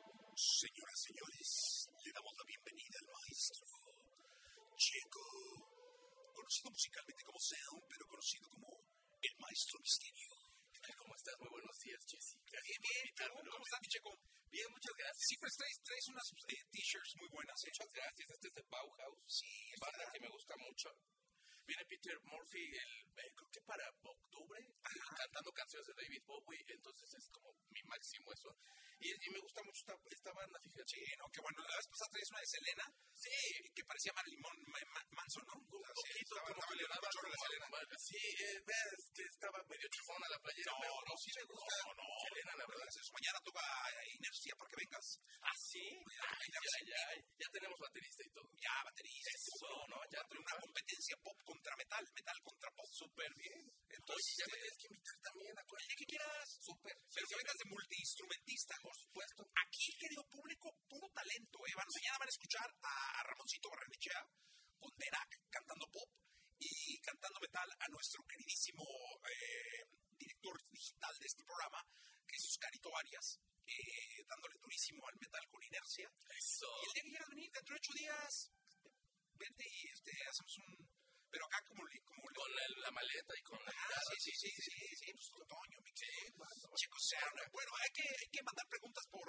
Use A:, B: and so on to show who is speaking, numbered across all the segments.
A: Señoras, señores, le damos la bienvenida al maestro Checo, conocido musicalmente como Sound, pero conocido como el maestro misterio.
B: ¿Qué tal? ¿Cómo estás? Muy buenos días, Jesse.
A: Bien, bien, ¿cómo estás, mi Checo?
B: ¿eh? Bien, muchas gracias.
A: Siempre traes, traes unas eh, t-shirts muy buenas, ¿eh?
B: Muchas gracias. Este es de Bauhaus.
A: Sí, es
B: Banda
A: verdad.
B: que me gusta mucho. Viene Peter Murphy, el, eh, creo que para octubre, cantando canciones de David Bowie. Entonces es como mi máximo eso. Y, y me gusta mucho esta, esta banda, fíjate.
A: Sí, no, qué bueno. La vez pasada traes una de Selena. Sí. Que parecía Marilyn Mon- Ma- Ma- Manson, ¿no?
B: Un
A: Así,
B: poquito,
A: estaba-
B: como
A: estaba
B: que le daba
A: llorando chorro
B: como
A: la Selena.
B: a- Sí, eh, ves que estaba medio chufón a la playera, pero no, sí me gusta
A: No, no,
B: Selena, la verdad.
A: es eso. Mañana toca eh, Inercia para que vengas.
B: Ah, sí. Ay, ya, ya, ya tenemos baterista y todo.
A: Ya, baterista.
B: Eso, ¿no? Ya
A: Una competencia pop contra metal, metal contra pop. Súper bien. Entonces,
B: Oye, ya me
A: eh,
B: tienes que invitar también a cualquier que
A: quieras.
B: Súper.
A: Pero que vengas de multiinstrumentista. Por supuesto. Aquí, querido público, puro talento. ¿eh? Van, mañana van a escuchar a Ramoncito Barrenechea con Derac cantando pop y cantando metal a nuestro queridísimo eh, director digital de este programa, que es Oscarito Arias, eh, dándole durísimo al metal con inercia.
B: Eso.
A: Y el día que quieras venir, dentro de ocho días, vente y este, hacemos un... Pero acá como... le- como le-
B: Con la, la maleta y con
A: Ah,
B: la guitarra.
A: sí, sí, sí, sí, sí, sí, pues otoño, mi querido. Chicos, sea, bueno, hay que, hay que mandar preguntas por,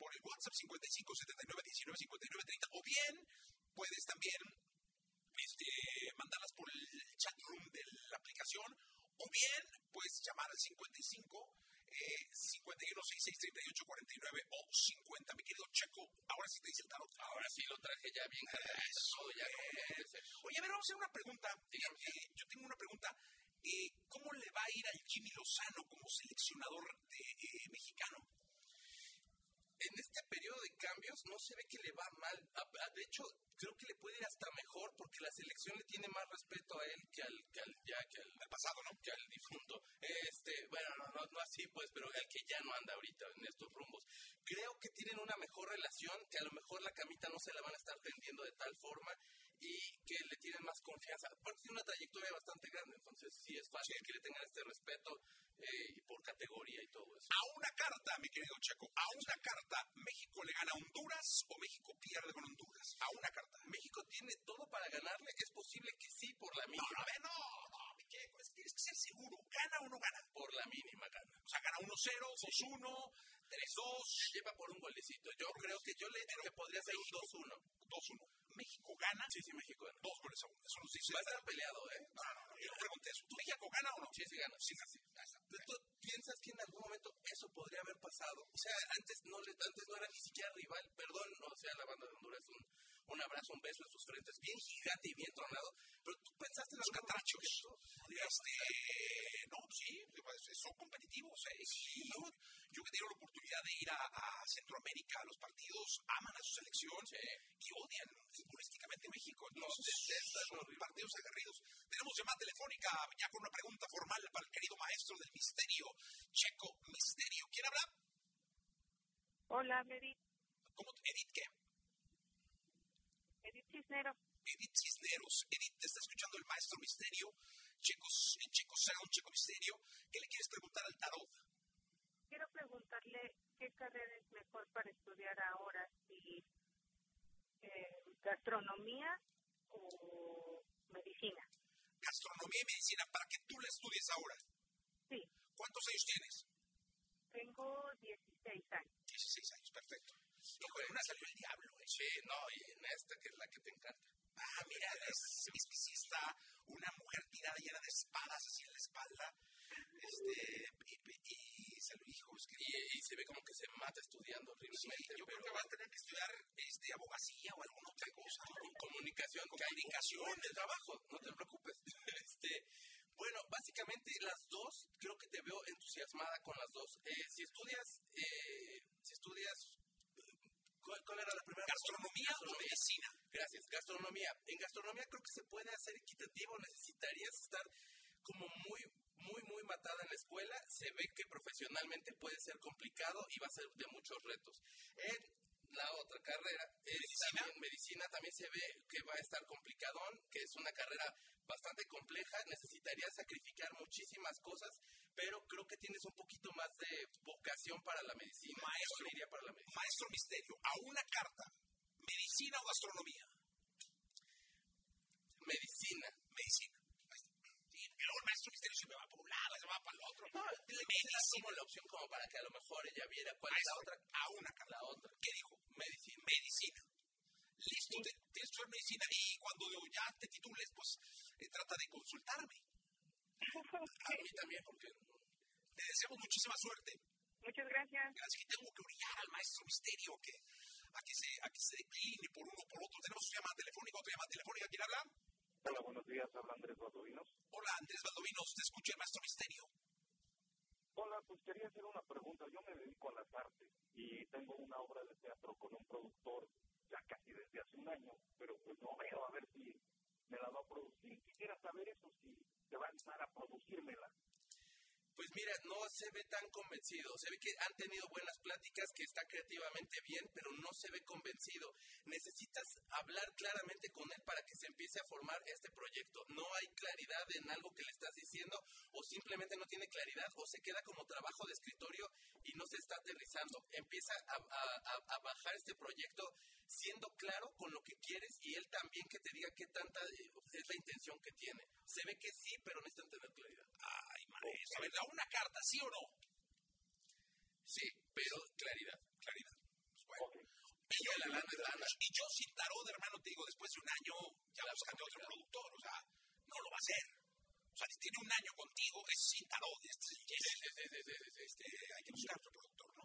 A: por el WhatsApp 55 79 19 59 30 o bien puedes también este, mandarlas por el chat room de la aplicación o bien puedes llamar al 55 eh, 51 66 38 49 o 50, mi querido Checo. Ahora sí te dice el tarot.
B: Ahora sí lo traje ya bien cargado, ya como debe ser.
A: Oye, a ver, vamos a hacer una pregunta. Eh, yo tengo una pregunta. Eh, ¿Cómo le va a ir al Jimmy Lozano como seleccionador de, eh, mexicano?
B: En este periodo de cambios no se ve que le va mal. A- a- De hecho, creo que le puede ir hasta mejor porque la selección le tiene más respeto a él que al, que al, ya, que al, pasado, ¿no? Que al difunto. Este, bueno, no, no, no así pues, pero al que ya no anda ahorita en estos rumbos. Creo que tienen una mejor relación, que a lo mejor la camita no se la van a estar tendiendo de tal forma y que le tienen más confianza. Aparte tiene una trayectoria bastante grande, entonces sí es fácil que le tengan este respeto eh, y por categoría y todo eso.
A: A una carta, mi querido Checo, a una carta, ¿México le gana a Honduras o México pierde con Honduras? A una carta.
B: México tiene todo para ganarle, es posible que sí por la
A: No, no,
B: mínima,
A: a ver, no, no, mi Checo, es que tienes que ser seguro. ¿Gana o no gana?
B: por la mínima gana.
A: O sea, gana 1-0, 2-1, 3-2,
B: Lleva por un golecito. Yo creo que yo le digo que podría ser un 2-1.
A: 2-1. México gana
B: Sí, sí, México gana.
A: dos goles a uno. Eso nos dice.
B: Va a estar peleado, ¿eh?
A: No, no, no, yo no pregunté eso. ¿México gana o no?
B: Sí, sí gana.
A: Sí, sí. Ya está.
B: Pero ¿Tú piensas que en algún momento eso podría haber pasado? O sea, antes no, le- antes no era ni siquiera rival, perdón, o sea, la banda de Honduras, un, un abrazo, un beso en sus frentes, bien gigante y bien tornado, pero tú pensaste en
A: los
B: algún momento
A: catrachos.
B: que eso podría
A: Este, no, sí, pues, son competitivos. eh, y luego, yo que tengo la oportunidad de ir a, a Centroamérica, a los partidos aman a su selección y odian futbolísticamente México. Entonces, son partidos aguerridos. Tenemos llamada telefónica ya con una pregunta formal para el querido maestro del misterio, Checo Misterio. ¿Quién habla?
C: Hola, Mary,
A: ¿Cómo? ¿Edith qué?
C: Edith Cisneros.
A: Edith Cisneros. Edith, te está escuchando el maestro Misterio, Checo, Checo Sound, Checo Misterio. ¿Qué le quieres preguntar al tarot?
C: Quiero preguntarle qué carrera es mejor para estudiar ahora, si eh, gastronomía o medicina.
A: gastronomía y medicina para que tú la estudies ahora.
C: Sí,
A: ¿Cuántos años tienes?
C: tengo 16 años.
A: 16 años, perfecto. Hijo, en una salió el diablo, eh.
B: Sí, no, y en esta que es la que te encanta.
A: Ah, mira, es, es que sí está una mujer tirada llena de espadas así en la espalda. Este, y, y- y salió, hijo, es que...
B: Y, y se ve como que se mata estudiando
A: Sí,
B: horriblemente,
A: yo creo
B: pero
A: que vas a tener que estudiar este, abogacía o alguna otra cosa.
B: con comunicación, comunicación de trabajo, no te preocupes. Este, bueno, básicamente las dos, creo que te veo entusiasmada con las dos. Eh, si estudias, eh, si estudias, ¿cuál, cuál era la primera?
A: Gastronomía o medicina.
B: Gracias, gastronomía. En gastronomía creo que se puede hacer equitativo, necesitarías estar como muy, muy, muy matada en la escuela. Se ve que profesionalmente puede ser complicado y va a ser de muchos retos. En la otra carrera, eh, también medicina también se ve que va a estar complicadón, que es una carrera bastante compleja, necesitarías sacrificar muchísimas cosas, pero creo que tienes un poquito más de vocación para la medicina. Yo
A: Maestro.
B: le iría para la medicina.
A: Maestro Misterio,
B: ¿Medicina o gastronomía?
A: Medicina.
B: Medicina. Ahí está. Sí, y luego el maestro misterio se me va por un lado, se me va para el otro.
A: No, le queda
B: Medicina.
A: como Ah, la opción como para que a lo mejor ella viera cuál es la
B: Maestro,
A: otra.
B: a una carta.
A: La otra.
B: ¿Qué dijo? Medicina. Medicina. Listo, te- tienes que estudiar medicina y cuando ya te titules, pues eh, trata de consultarme.
A: A mí también, porque
B: Te deseamos muchísima suerte.
C: Muchas gracias.
B: Gracias. Y tengo que orillar al maestro misterio que, a, que se, a que se decline por uno o por otro. Tenemos una llamada telefónica, otra llamada telefónica. ¿Quién habla?
D: Hola, buenos días, habla Andrés Badovinos.
B: Hola, Andrés Valdovinos. Te escucha el maestro misterio.
D: Hola, pues quería hacer una pregunta. Yo me dedico a las artes y tengo una obra de teatro con un productor ya casi desde hace un año, pero pues no veo a ver si me la va a producir. Quisiera saber eso, si se va a animar a producírmela.
A: Pues mira, no se ve tan convencido. Se ve que han tenido buenas pláticas, que está creativamente bien, pero no se ve convencido. Necesitas hablar claramente con él para que se empiece a formar este proyecto. No hay claridad en algo que le estás diciendo o simplemente no tiene claridad o se queda como trabajo de escritorio y no se está aterrizando. Empieza a, a- a- a bajar este proyecto siendo claro con lo que quieres y él también que te diga qué tanta eh, es la intención que tiene. Se ve que sí, pero necesitan tener claridad.
B: Ay, maestro. A ver, da una carta, ¿sí o no?
A: Sí, pero claridad.
B: Claridad. Pues bueno.
D: Ok.
B: Y yo, la lana, lana. Y yo sin tarot, hermano, te digo, después de un año, ya buscate otro productor, o sea, no lo va a hacer. O sea, si tiene un año contigo, es sin tarot. Es, es- este, hay que buscar otro productor, ¿no?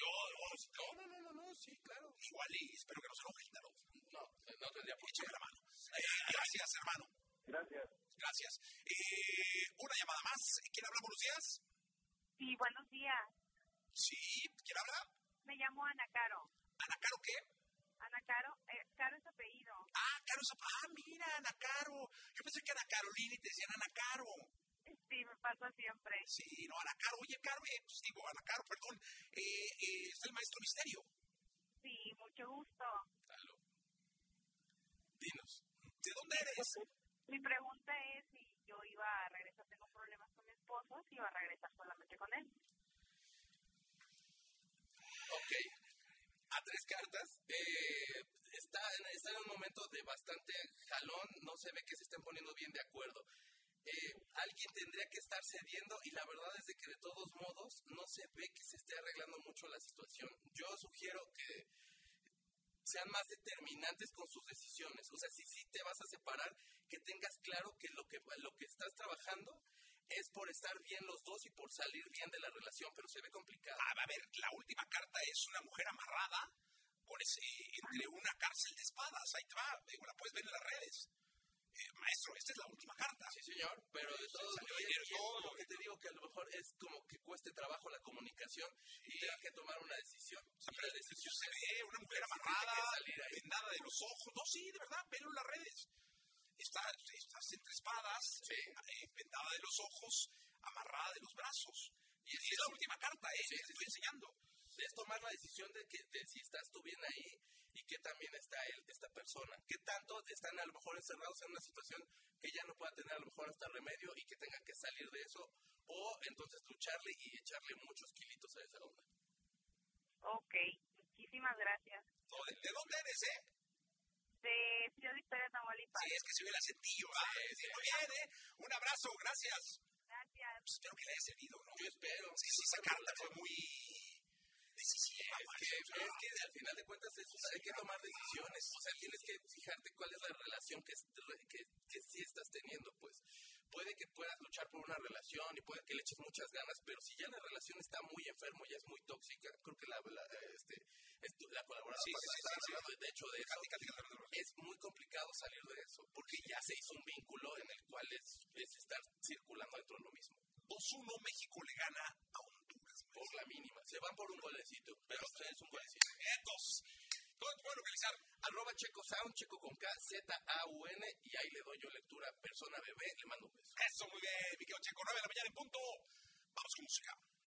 B: Yo, yo, no,
A: No, no, no, no, sí, claro.
B: igual y espero que no se enoje el tarot.
A: No, no tendría por qué.
B: Échame la mano. Eh, gracias, hermano.
D: Gracias.
B: Gracias. Eh, una llamada más. ¿Quién habla? Buenos días.
C: Sí, buenos días.
B: Sí, ¿quién habla?
C: Me llamo Ana Caro.
B: Ana Caro, ¿qué?
C: Ana Caro, eh, Caro es apellido.
B: Ah, Caro Zap- Ah, mira, Ana Caro. Yo pensé que Ana Carolina y te decían Ana Caro.
C: Sí, me pasa siempre.
B: Sí, no, Ana Caro, oye, Caro, eh, pues digo, Ana Caro, perdón, eh, eh, está el maestro misterio.
C: Sí, mucho gusto.
A: Aló. Dinos.
B: ¿De dónde eres?
C: Mi pregunta es si yo iba a regresar, tengo problemas con mi esposo, si iba a regresar solamente con él.
A: Ok. A tres cartas. eh, está, en, está en un momento de bastante jalón. No se ve que se estén poniendo bien de acuerdo. Eh, alguien tendría que estar cediendo y la verdad es de que de todos modos no se ve que se esté arreglando mucho la situación. Yo sugiero que sean más determinantes con sus decisiones. O sea, si sí te vas a separar, que tengas claro que lo que, lo que estás trabajando es por estar bien los dos y por salir bien de la relación, pero se ve complicado.
B: Ah, a ver, la última carta es una mujer amarrada con ese, entre una cárcel de espadas. Ahí te va, digo, la puedes ver en las redes. Eh, maestro, esta es la última carta.
A: Sí, señor, pero de todos
B: salió
A: modos, y
B: ayer
A: es- y es
B: todo,
A: lo que te digo que a lo mejor es como que cueste trabajo la comunicación y tenga que tomar una decisión.
B: O sea,
A: Y
B: pero
A: la
B: si
A: decisión
B: se
A: es-
B: ve una mujer
A: sí tiene que
B: amarrada,
A: salir ahí.
B: vendada de los ojos. No, sí, de verdad, velo en las redes. Está, estás entre espadas, eh, vendada de los ojos, amarrada de los brazos. Y es, la última carta, ¿eh?
A: Sí,
B: Te
A: sí,
B: estoy enseñando.
A: es tomar la decisión de que de si estás tú bien ahí y que también está él, esta persona. Que tanto están a lo mejor encerrados en una situación que ya no pueda tener a lo mejor hasta remedio y que tengan que salir de eso o entonces lucharle y echarle muchos kilitos a esa onda.
C: Ok, muchísimas gracias.
B: No, ¿de, de dónde eres, eh?
C: De Ciudad Victoria, Tamaulipas.
B: Sí, es que se ve el acentillo, ¿verdad? Sí, muy bien, ¿eh? Un abrazo, gracias.
C: Gracias.
B: Pues espero que le haya servido, ¿no?
A: Yo espero.
B: Es que sí, esa carta fue muy Ah, decisiva.
A: que, es que al final de cuentas es, hay que tomar decisiones. O sea, tienes que fijarte cuál es la relación que, es- que, que sí estás teniendo, pues. Puede que puedas luchar por una relación y puede que le eches muchas ganas, pero si ya la relación está muy enfermo, ya es muy tóxica, creo que la, la, eh, este, estu- la colaboradora
B: Sí, sí,
A: pasada
B: sí,
A: estaba
B: sí, sí.
A: hablando, de hecho de eso, es muy complicado salir de eso, porque ya se hizo un vínculo en el cual es, es estar circulando dentro de lo mismo.
B: 2-1 México le gana a Honduras.
A: Por la mínima, se van por un golecito, pero ustedes un golecito.
B: Vientos. ¿Dónde te pueden localizar?
A: arroba Checo Sound, Checo con K, Z-A-U-N, y ahí le doy yo lectura persona bebé, le mando un beso.
B: Eso, muy bien, mi querido Checo, 9 de la mañana en punto. Vamos con música.